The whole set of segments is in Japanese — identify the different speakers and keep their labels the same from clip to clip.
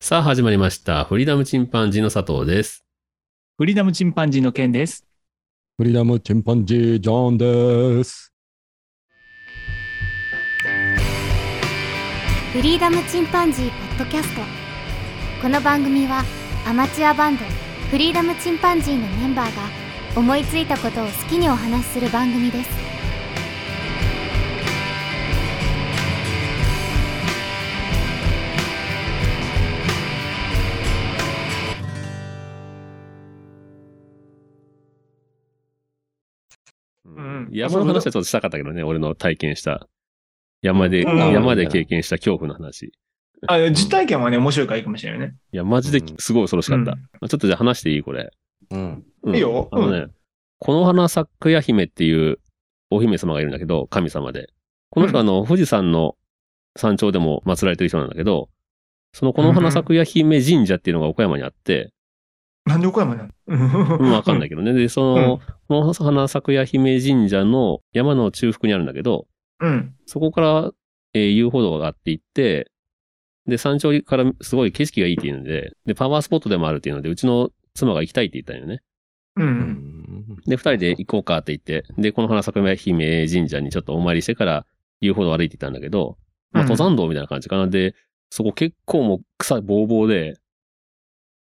Speaker 1: さあ始まりました。フリーダムチンパンジーの佐藤です。
Speaker 2: フリーダムチンパンジーの件です。
Speaker 3: フリーダムチンパンジージョンです。
Speaker 4: フリーダムチンパンジーポッドキャストこの番組はアマチュアバンドフリーダムチンパンジーのメンバーが思いついたことを好きにお話しする番組です
Speaker 2: ん
Speaker 1: 山の話はちょっとしたかったけどね、俺の体験した。山で、
Speaker 2: うん
Speaker 1: 山で経験した恐怖の話。い
Speaker 2: あ、実体験はね、面白いからいいかもしれないよね。
Speaker 1: や、マジですごい恐ろしかった。ちょっとじゃあ話していいこれ。
Speaker 3: うん。
Speaker 1: うん
Speaker 2: いいよ
Speaker 1: あのね、この花咲夜姫っていうお姫様がいるんだけど、神様で。この人はあの、富士山の山頂でも祀られてる人なんだけど、そのこの花咲夜姫神社っていうのが岡山にあって、
Speaker 2: なんで岡山なの。
Speaker 1: うん、わかんないいけどね。で、その、この花咲夜姫神社の山の中腹にあるんだけど、
Speaker 2: うん。
Speaker 1: そこから、えー遊歩道があって行って、で、山頂からすごい景色がいいっていうので、で、パワースポットでもあるっていうので、うちの妻が行きたいって言ったんよね。
Speaker 2: う。
Speaker 3: うんん。
Speaker 1: で、二人で行こうかって言って、で、この花咲く姫神社にちょっとお参りしてから遊歩道を歩いていたんだけど、まあ、
Speaker 2: うん
Speaker 1: 登山道みたいな感じかな。で、そこ結構もう草ぼうぼうで、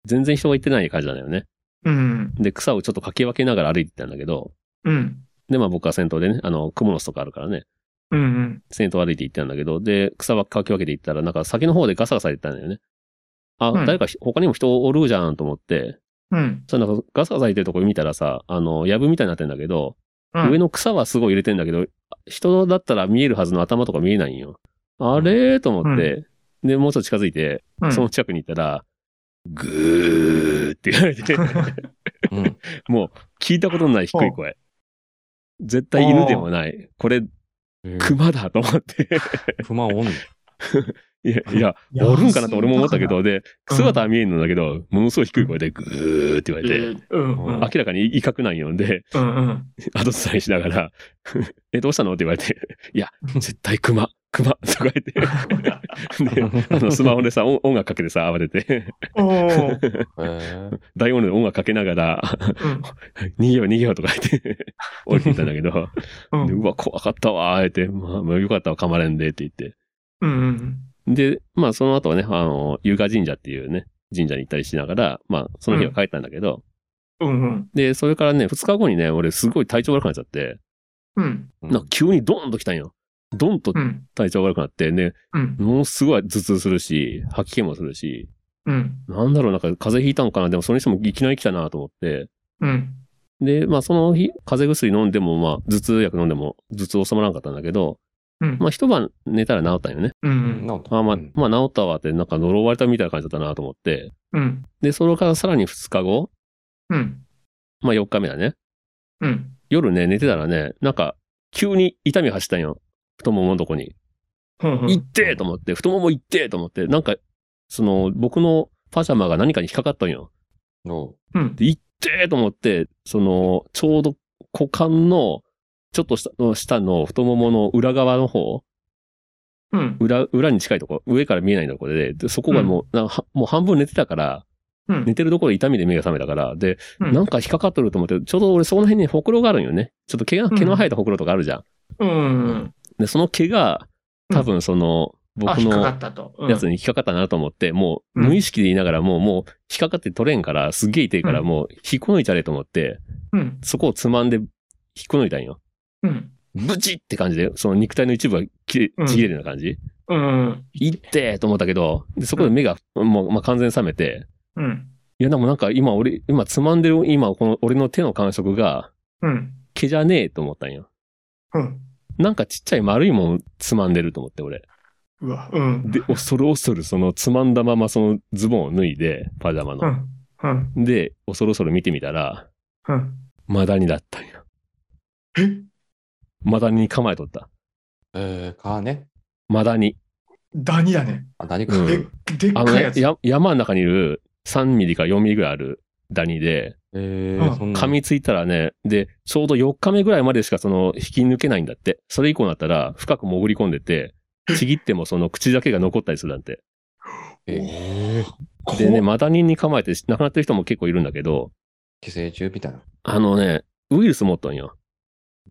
Speaker 1: 全然人が行ってない感じなんだよね。
Speaker 2: うん。
Speaker 1: で、草をちょっとかき分けながら歩いていったんだけど、
Speaker 2: うん。
Speaker 1: で、まあ僕は先頭でね、あの、クモの巣とかあるからね、
Speaker 2: うん。
Speaker 1: 先頭歩いて行ったんだけど、で、草ばっかき分けて行ったら、なんか先の方でガサガサ言ってたんだよね。あ、
Speaker 2: うん
Speaker 1: 誰か他にも人おるじゃんと思って、
Speaker 2: うん。
Speaker 1: そしたらなんかガサガサ言ってるとこ見たらさ、あの、やぶみたいになってんだけど、
Speaker 2: うん
Speaker 1: 上の草はすごい入れてんだけど、人だったら見えるはずの頭とか見えないんよ。あれーと思って、で、もうちょっと近づいて、
Speaker 2: うん
Speaker 1: その近くに行ったら、ぐーって言われ て、
Speaker 3: うん。
Speaker 1: もう聞いたことのない低い声。絶対犬でもない。これ、熊だと思って。
Speaker 3: 熊おんの
Speaker 1: いや、いや、おるんかなと俺も思ったけ。ど、で、
Speaker 2: うん
Speaker 1: 姿は見えんのだけど、ものすごい低い声でぐーって言われて、
Speaker 2: うん。うん。
Speaker 1: 明らかに威嚇なんよんで、
Speaker 2: うん。
Speaker 1: 後ずさりしながら、 え、どうしたのって言われて、いや、絶対熊、熊、とか 言って、で、あの、スマホでさ、音音楽かけてさ、慌てて、
Speaker 2: おー。
Speaker 3: え
Speaker 1: 大音量で音楽かけながら、 逃げよう逃げようとか言 って、降りていったんだけど、
Speaker 2: うん。
Speaker 1: でうわ、怖かったわ、言って、まあ、まあ、よかったわ、噛まれんで、って言って。
Speaker 2: うん。
Speaker 1: で、まあ、その後はね、あの、湯河神社っていうね、神社に行ったりしながら、まあ、その日は帰ったんだけど、
Speaker 2: うん。
Speaker 1: で、それからね、二日後にね、俺すごい体調悪くなっちゃって、
Speaker 2: うん。
Speaker 3: うん
Speaker 1: なんか急にドーンと来たんよ。ドンと
Speaker 2: うん。
Speaker 1: 体調悪くなって、ね、
Speaker 2: うん。
Speaker 1: ものすごい頭痛するし、吐き気もするし、
Speaker 2: うん。
Speaker 1: なんだろう、なんか風邪ひいたのかな、でもそれにしてもいきなり来たなと思って、
Speaker 2: うん。
Speaker 1: で、まあその日、風邪薬飲んでも、まあ頭痛薬飲んでも頭痛収まらなかったんだけど、
Speaker 2: うん。
Speaker 1: まあ一晩寝たら治ったんよね。
Speaker 2: うん。
Speaker 3: なんと
Speaker 1: あまあ、
Speaker 3: うん
Speaker 1: まあ治ったわって、なんか呪われたみたいな感じだったなと思って、
Speaker 2: うん。
Speaker 1: で、それからさらに2日後、
Speaker 2: うん。
Speaker 1: まあ4日目だね。
Speaker 2: うん。
Speaker 1: 夜ね、寝てたらね、なんか、急に痛み走ったんよ。太もものとこに。
Speaker 2: うん。
Speaker 1: 痛ってーと思って、太もも痛ってーと思って、なんか、その、僕のパジャマが何かに引っかかったんよ。
Speaker 3: ど
Speaker 2: うん。
Speaker 1: で、痛ってーと思って、その、ちょうど股間の、ちょっと下の下の太ももの裏側の方、
Speaker 2: うん。
Speaker 1: 裏、裏に近いとこ、上から見えないところで、でそこがもう、なんかはもう半分寝てたから、
Speaker 2: うん。
Speaker 1: 寝てるところで痛みで目が覚めたから、で、
Speaker 2: うん
Speaker 1: なんか引っかかっとると思って、ちょうど俺その辺にほくろがあるんよね。ちょっと毛が、毛の生えたほくろとかあるじゃん。
Speaker 2: うん。
Speaker 1: で、その毛が、多分その、
Speaker 2: あ、
Speaker 1: 僕
Speaker 2: 引っかか
Speaker 1: の
Speaker 2: ったと。
Speaker 1: やつに引っかかったなと思って、もう
Speaker 2: うん
Speaker 1: 無意識で言いながらもう、もう引っかかって取れんから、すげえ痛いから、
Speaker 2: うん
Speaker 1: もう引っこ抜いちゃれと思って、
Speaker 2: うん。
Speaker 1: そこをつまんで引っこ抜いたんよ。
Speaker 2: うん。
Speaker 1: ブチって感じで、その肉体の一部が切
Speaker 2: う
Speaker 1: れ、
Speaker 2: ん
Speaker 1: ちぎれるような感じ。
Speaker 2: うん。
Speaker 1: いってーと思ったけど、でそこで目が、もう、まあ、完全に冷めて、
Speaker 2: うん。
Speaker 1: いやでもなんか今俺、今つまんでる、今この俺の手の感触が
Speaker 2: うん。
Speaker 1: 毛じゃねえと思ったんよ。
Speaker 2: うん。
Speaker 1: なんかちっちゃい丸いもんつまんでると思って俺。
Speaker 2: うわ、うん。
Speaker 1: で、恐る恐る、その、つまんだまま、その、ズボンを脱いで、パジャマ
Speaker 2: う
Speaker 1: の。
Speaker 2: ん。うん。
Speaker 1: で、恐る恐る見てみたら、
Speaker 2: うん。
Speaker 1: マダニだったんよ。
Speaker 2: え
Speaker 1: マダニに構えとった。
Speaker 3: うえー、かね。
Speaker 1: マダニ。
Speaker 2: ダニだね。
Speaker 3: あ、何か
Speaker 1: う。
Speaker 2: で
Speaker 1: ん。
Speaker 2: でっ
Speaker 1: あの
Speaker 2: かいや
Speaker 1: ね
Speaker 2: つ。
Speaker 1: や、山の中にいる3ミリか4ミリぐらいあるダニで、
Speaker 3: え
Speaker 2: う
Speaker 3: ー、
Speaker 2: ん
Speaker 3: そんな。
Speaker 1: 噛みついたらね、で、ちょうど4日目ぐらいまでしかその、引き抜けないんだって。それ以降になったら、深く潜り込んでて、ちぎってもその口だけが残ったりするなんて。
Speaker 3: えー、
Speaker 2: こ
Speaker 1: でね、マダニに構えて亡くなってる人も結構いるんだけど、
Speaker 5: 寄生虫みたいな。
Speaker 1: あのね、ウイルス持っとんよ。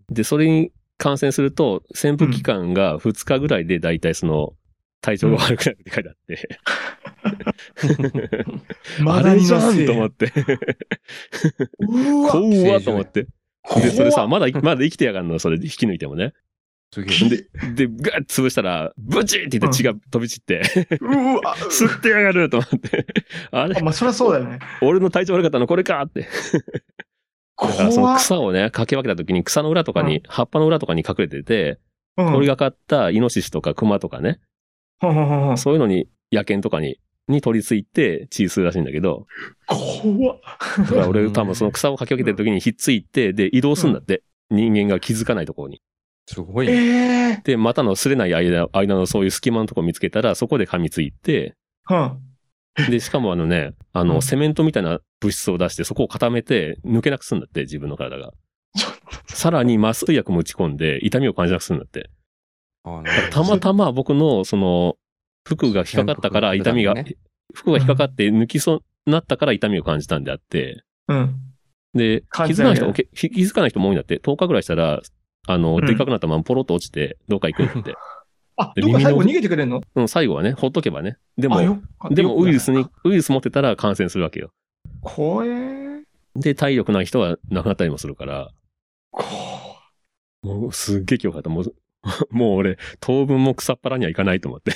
Speaker 1: で、それに感染すると、潜伏期間が2日ぐらいで大体その、体調が悪くなるって書いてあって。
Speaker 2: マ
Speaker 1: あ
Speaker 2: ダ
Speaker 1: れ
Speaker 2: ニ
Speaker 1: じゃ
Speaker 2: のせ
Speaker 1: ん
Speaker 2: い
Speaker 1: と思って。
Speaker 2: う わ
Speaker 1: 怖っと思って。
Speaker 5: 怖
Speaker 1: で、
Speaker 5: っ
Speaker 1: それさ、まだ、まだ生きてやがんの、それ引き抜いてもね。
Speaker 5: すげえ。
Speaker 1: で、で、ガッ潰したら、ブチーって言って血が飛び散って、
Speaker 2: うわ。
Speaker 1: 吸ってやがると思って。あれ
Speaker 2: あまあ、そりゃそうだよね。
Speaker 1: 俺の体調悪かったのこれかって。だからその
Speaker 2: 怖っ
Speaker 1: 草をね、かき分けた時に草の裏とかに、葉っぱの裏とかに隠れてて、
Speaker 2: うん
Speaker 1: 通りがかったイノシシとかクマとかね、
Speaker 2: ほんほんほんほん
Speaker 1: そういうのに、野犬とかに、に取り付いて血吸うらしいんだけど、
Speaker 2: 怖っ
Speaker 1: だから俺多分その草をかき分けてる時にひっついて、で、移動するんだって。人間が気づかないところに。
Speaker 5: すご い
Speaker 2: え
Speaker 5: ね。
Speaker 2: え
Speaker 1: で、またの擦れない間、間のそういう隙間のとこ見つけたら、そこで噛みついて、
Speaker 2: うん
Speaker 1: で、しかもあのね、あ
Speaker 2: う
Speaker 1: の、
Speaker 2: ん
Speaker 1: セメントみたいな物質を出して、そこを固めて、抜けなくするんだって、自分の体が。
Speaker 2: ちょっ
Speaker 1: さらに麻酔薬も打ち込んで、痛みを感じなくするんだって。
Speaker 5: あなるほ
Speaker 1: た
Speaker 5: ど
Speaker 1: またま僕の、その、服が引っかかったから痛みが、
Speaker 5: ね
Speaker 1: 服が引っかかって抜きそうになったから痛みを感じたんであって、
Speaker 2: と。うん。
Speaker 1: で、気
Speaker 2: 感
Speaker 1: づ
Speaker 2: じ
Speaker 1: かな
Speaker 2: た
Speaker 1: んい
Speaker 2: や
Speaker 1: 人もけ、気気づかない人も多いんだって、10日ぐらいしたら、あの、
Speaker 2: うん
Speaker 1: でっかくなったままポロッと落ちて、どっか行くんだっ て。
Speaker 2: あ、
Speaker 1: で
Speaker 2: どっか最後
Speaker 1: 耳
Speaker 2: 逃げてくれんの
Speaker 1: うん、最後はね、ほっとけばね。で
Speaker 2: あ、
Speaker 1: も、
Speaker 2: よ
Speaker 1: でもウイルス。
Speaker 2: よ
Speaker 1: に、ウイルス持ってたら感染するわけよ。
Speaker 2: くない怖え。
Speaker 1: で、体力ない人は亡くなったりもするから、
Speaker 2: 怖
Speaker 1: もうすっげえ恐怖だった。もう、 もう俺、当分も草っぱらにはいかないと思って。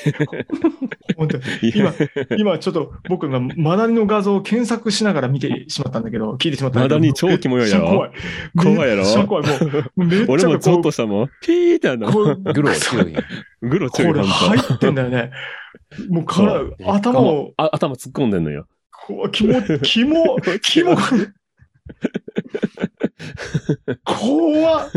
Speaker 2: 本当に 今、今ちょっと僕がマダニの画像を検索しながら見てしまったんだけど、聞いてしまったんだけど
Speaker 1: マダニ超キモい やろ
Speaker 2: めっちゃ怖い。
Speaker 1: 怖いやろ
Speaker 2: めっちゃ怖い。もう、めっちゃ怖 い
Speaker 1: 俺もゾッとしたもん。ピーってあんだもん。
Speaker 2: これ
Speaker 5: グロー強いね。
Speaker 1: グロ
Speaker 2: こ
Speaker 1: 注意
Speaker 2: れ
Speaker 1: 本
Speaker 2: 入ってんだよね。もうから
Speaker 1: そう
Speaker 2: 頭を、
Speaker 1: 当。あ、頭突っ込んでんのよ。
Speaker 2: こうキモ、キモ、キモ。怖っ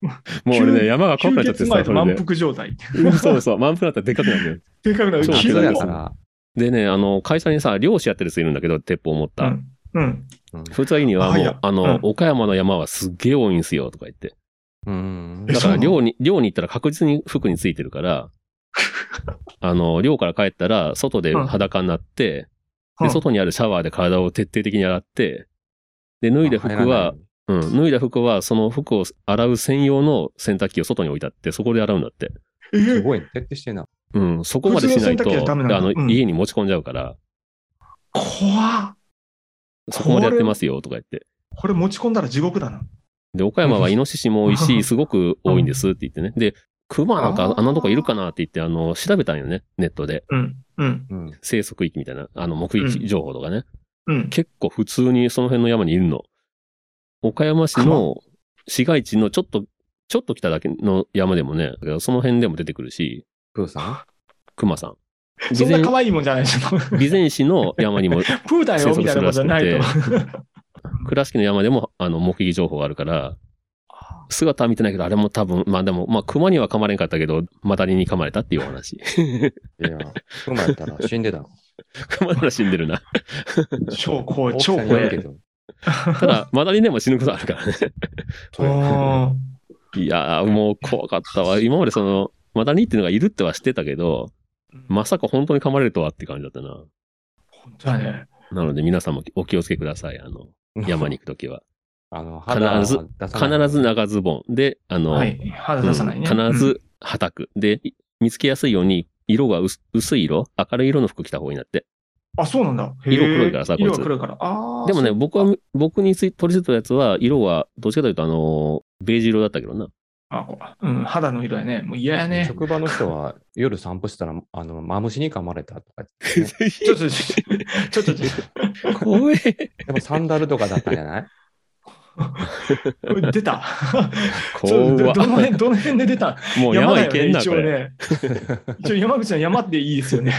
Speaker 1: もう俺
Speaker 2: 急
Speaker 1: ね、山が怖く
Speaker 2: 吸
Speaker 1: なっちゃって
Speaker 2: 血
Speaker 1: さ、
Speaker 2: 前と
Speaker 1: それ
Speaker 2: 満
Speaker 1: で。
Speaker 2: 腹状態。
Speaker 1: うん そうそう、満腹だったらでっかくなるんだよ。
Speaker 2: でかくなる。
Speaker 1: そう
Speaker 5: 普
Speaker 2: キ
Speaker 5: 通
Speaker 2: モ
Speaker 5: だから、
Speaker 1: でね、あの、会社にさ、漁師やってる人いるんだけど、鉄砲を持っ
Speaker 2: う
Speaker 1: た。
Speaker 2: ん。うん。
Speaker 1: そいつが言うには、
Speaker 2: あ
Speaker 1: も
Speaker 2: いうや、
Speaker 1: あ
Speaker 2: う
Speaker 1: の
Speaker 2: ん、
Speaker 1: 岡山の山はすっげえ多いんすよ、とか言って。
Speaker 5: うん
Speaker 2: え
Speaker 1: だから
Speaker 2: そうなの
Speaker 1: 寮に、寮に行ったら確実に服についてるから、 あの、寮から帰ったら、外で裸になって、
Speaker 2: うん
Speaker 1: で、外にあるシャワーで体を徹底的に洗って、で、脱いだ服は、、うん、脱いだ服は、その服を洗う専用の洗濯機を外に置いてあって、そこで洗うんだって。
Speaker 2: え
Speaker 5: す
Speaker 2: ー
Speaker 5: ごい、徹底してんな。
Speaker 1: うん、そこまでしない
Speaker 2: 普通の洗濯機
Speaker 1: と、あ
Speaker 2: はダメなんだ
Speaker 1: の、
Speaker 2: うん
Speaker 1: 家に持ち込んじゃうから、
Speaker 2: 怖っ
Speaker 1: そこまでやってますよ、とか言って。
Speaker 2: これ持ち込んだら地獄だな。
Speaker 1: で、岡山はイノシシも多いし、すごく多いんですって言ってね。で、クマなんか
Speaker 2: あー
Speaker 1: あんなとこいるかなって言って、あの、調べたんよね、ネットで。
Speaker 2: うん。うん。
Speaker 5: うん。
Speaker 1: 生息域みたいな、あの、目撃情報とかね。
Speaker 2: うん。
Speaker 1: 結構普通にその辺の山にいるの。岡山市の市街地のちょっと、ちょっと北だけの山でもね、だけどその辺でも出てくるし、
Speaker 5: プーさ
Speaker 1: 熊さん。
Speaker 2: そ
Speaker 1: 備
Speaker 2: んな
Speaker 1: 前、
Speaker 2: 可愛いもんじゃないでし ょ。
Speaker 1: 備前市の山 にも、
Speaker 2: プーだよみたいなことじゃないと。
Speaker 1: 倉敷の山でも、あの、目撃情報があるから、姿は見てないけど、あれも多分、まあでも、まあ熊には噛まれんかったけど、マダニに噛まれたっていうお話。
Speaker 5: ん。いや、クマやったら死んでたの。
Speaker 1: 熊なら死んでるな。
Speaker 2: 超怖い、
Speaker 5: 大き
Speaker 2: 超
Speaker 5: さによ
Speaker 2: 怖
Speaker 5: る
Speaker 2: い
Speaker 5: け。ど。
Speaker 1: ただ、マダニでも死ぬことあるからね。
Speaker 5: そう や
Speaker 2: あ
Speaker 1: いやー、もう怖かったわ。今までその、マダニっていうのがいるっては知ってたけど、
Speaker 2: ー
Speaker 1: まさか本当に噛まれるとはって感じだったな。
Speaker 2: 本当だね。
Speaker 1: なので皆さんもお気をつけください。あの、山に行くときは。
Speaker 5: あの、
Speaker 1: 必ず必ず
Speaker 5: な。
Speaker 1: 長ズボンで、あの、
Speaker 2: はい。肌出さないね。
Speaker 1: うん必ずはたく。で、い見つけやすいように、色が薄薄い色明るい色の服着た方がいいなって。
Speaker 2: あ、そうなんだ。
Speaker 1: 色黒いからさ
Speaker 2: へー
Speaker 1: こいつ
Speaker 2: 色が黒いから。ああ。
Speaker 1: でもね、
Speaker 2: そう
Speaker 1: 僕は、僕につい取り付いたやつは、色は、どっちかというと、あの、ベージュ色だったけどな。
Speaker 2: あこううん、肌の色やね。もう嫌やね。
Speaker 5: 職場の人は夜散歩してたら、あの、マムシに噛まれたとか 言って ね、
Speaker 2: ちょっと、ちょっと、ちょっ
Speaker 1: 怖え。
Speaker 5: でもサンダルとかだったんじゃない
Speaker 2: と これ出た。ちょっと
Speaker 1: 怖
Speaker 2: どど
Speaker 1: っ
Speaker 2: の辺、どの辺で出た
Speaker 1: もう山行けんな、
Speaker 2: 一
Speaker 1: こ
Speaker 2: 応
Speaker 1: れ。
Speaker 2: ね。一応山口の山っていいですよね。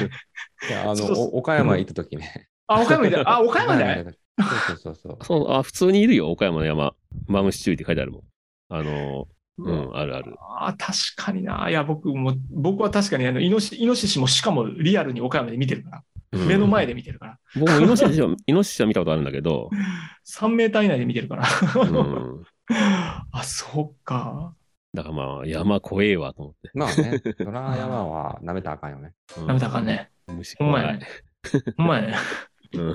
Speaker 5: いやあの、
Speaker 2: そうそう
Speaker 5: お岡山行った時ね。
Speaker 2: あ、岡山で、あ、岡山
Speaker 5: 行っ
Speaker 2: で。
Speaker 5: た時そうそうそうそう。
Speaker 1: そう、あ、普通にいるよ、岡山の山。マムシ注意って書いてあるもん。あの、うん、あるある。
Speaker 2: あー確かにな。いや、僕も、僕は確かに、あの、イノシシ、イノシシもしかもリアルに岡山で見てるから。
Speaker 1: うん
Speaker 2: 目の前で見てるから。
Speaker 1: 僕もイノシシは、 イノシシは見たことあるんだけ ど、
Speaker 2: 3メーター以内で見てるから。
Speaker 1: うん。
Speaker 2: あ、そっか。
Speaker 1: だからまあ、山怖えわと思って。
Speaker 5: まあね、ドラ山は舐めたらあかんよね。
Speaker 1: うん
Speaker 2: ダメだあかんね。
Speaker 1: 虫
Speaker 2: ほんま
Speaker 1: 怖
Speaker 2: や
Speaker 1: い
Speaker 2: ね。。ほんまや ね。
Speaker 1: うんっ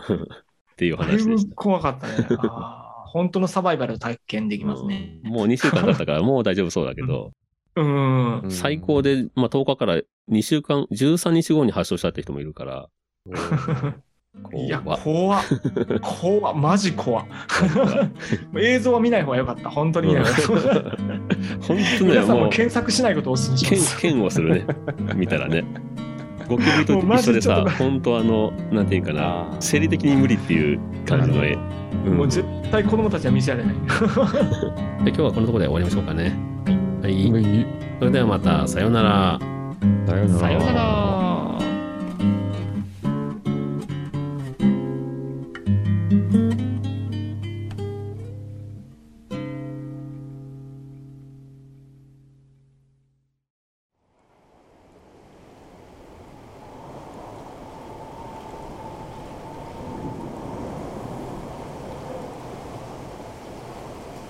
Speaker 1: ていう
Speaker 2: だい
Speaker 1: 話
Speaker 2: ぶ
Speaker 1: でした。
Speaker 2: 怖かった ね。あー本当のサバイバルを体験できますね。
Speaker 1: うんもう2週間経ったからもう大丈夫そうだけど、
Speaker 2: うん。うん
Speaker 1: 最高。で、まあ、10日から2週間、13日後に発症したって人もいるから、こ
Speaker 2: いや、
Speaker 1: わ
Speaker 2: 怖っ怖っマジ怖っ映像は見ない方が良かった。本当に見ない方が良 かった。
Speaker 1: 本当ね、
Speaker 2: 皆さん
Speaker 1: も
Speaker 2: も
Speaker 1: う、
Speaker 2: 検索しないことをお勧めしま
Speaker 1: 剣
Speaker 2: す。
Speaker 1: 剣をするね、見たらね。ゴキブリと
Speaker 2: もうマ
Speaker 1: 一緒
Speaker 2: ジ
Speaker 1: で
Speaker 2: でちょっと
Speaker 1: さ、本当あの、なんていうかな、
Speaker 5: あー
Speaker 1: 生理的に無理っていう感じの絵。うん
Speaker 2: もう絶対子供たちは見せられない。
Speaker 1: で今日はこのところで終わりましょうかね。はい。
Speaker 3: はい
Speaker 1: それではまた、さようなら。
Speaker 3: さようなら
Speaker 1: さような
Speaker 2: ら。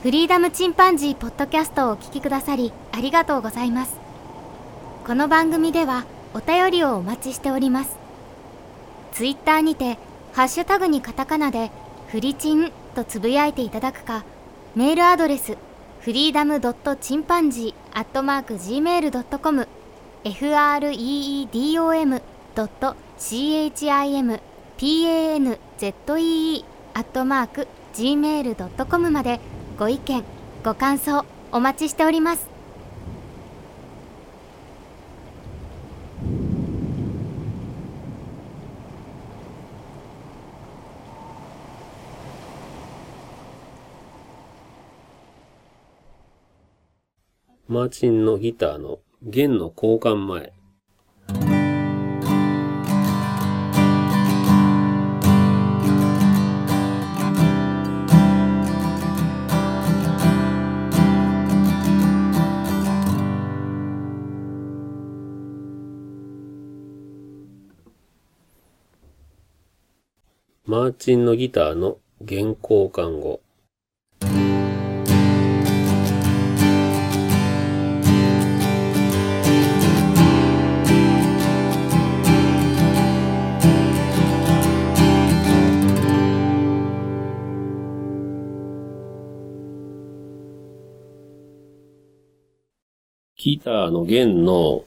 Speaker 4: フリーダムチンパンジーポッドキャストをお聞きくださりありがとうございますこの番組ではお便りをお待ちしておりますツイッターにてハッシュタグにカタカナでフリチンとつぶやいていただくかメールアドレスフリーダムドットチンパンジーアットマーク gmail.com freedom ドット chimpanzee アットマーク gmail.com までご意見ご感想お待ちしております
Speaker 1: マーチンのギターの弦の交換前。マーチンのギターの弦交換後。ギターの弦の、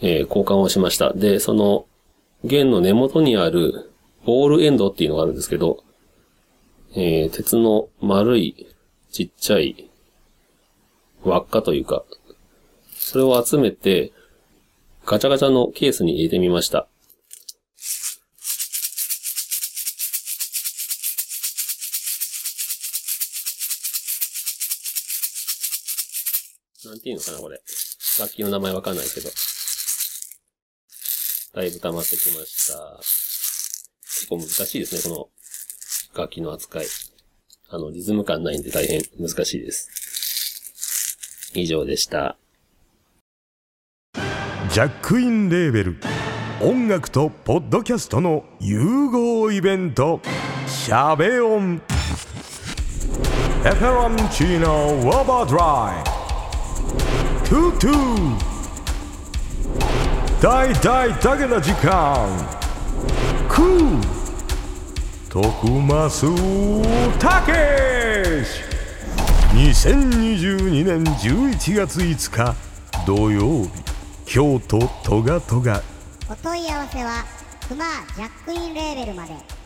Speaker 1: えー交換をしました。で、その弦の根元にあるボールエンドっていうのがあるんですけど、えー鉄の丸いちっちゃい輪っかというか、それを集めてガチャガチャのケースに入れてみました。なんていうのかな、これ。楽器の名前わかんないけど。だいぶ溜まってきました。結構難しいですね、この楽器の扱い。あの、リズム感ないんで大変難しいです。以上でした。
Speaker 6: ジャックインレーベル音楽とポッドキャストの融合イベント「シャベオン」「エフェロンチーノウォーバードライ」「トゥトゥ」「大大だけの時間」「クー」「徳マスたけし」2022年11月5日土曜日京都トガトガ
Speaker 7: お問い合わせはクマージャックインレーベルまで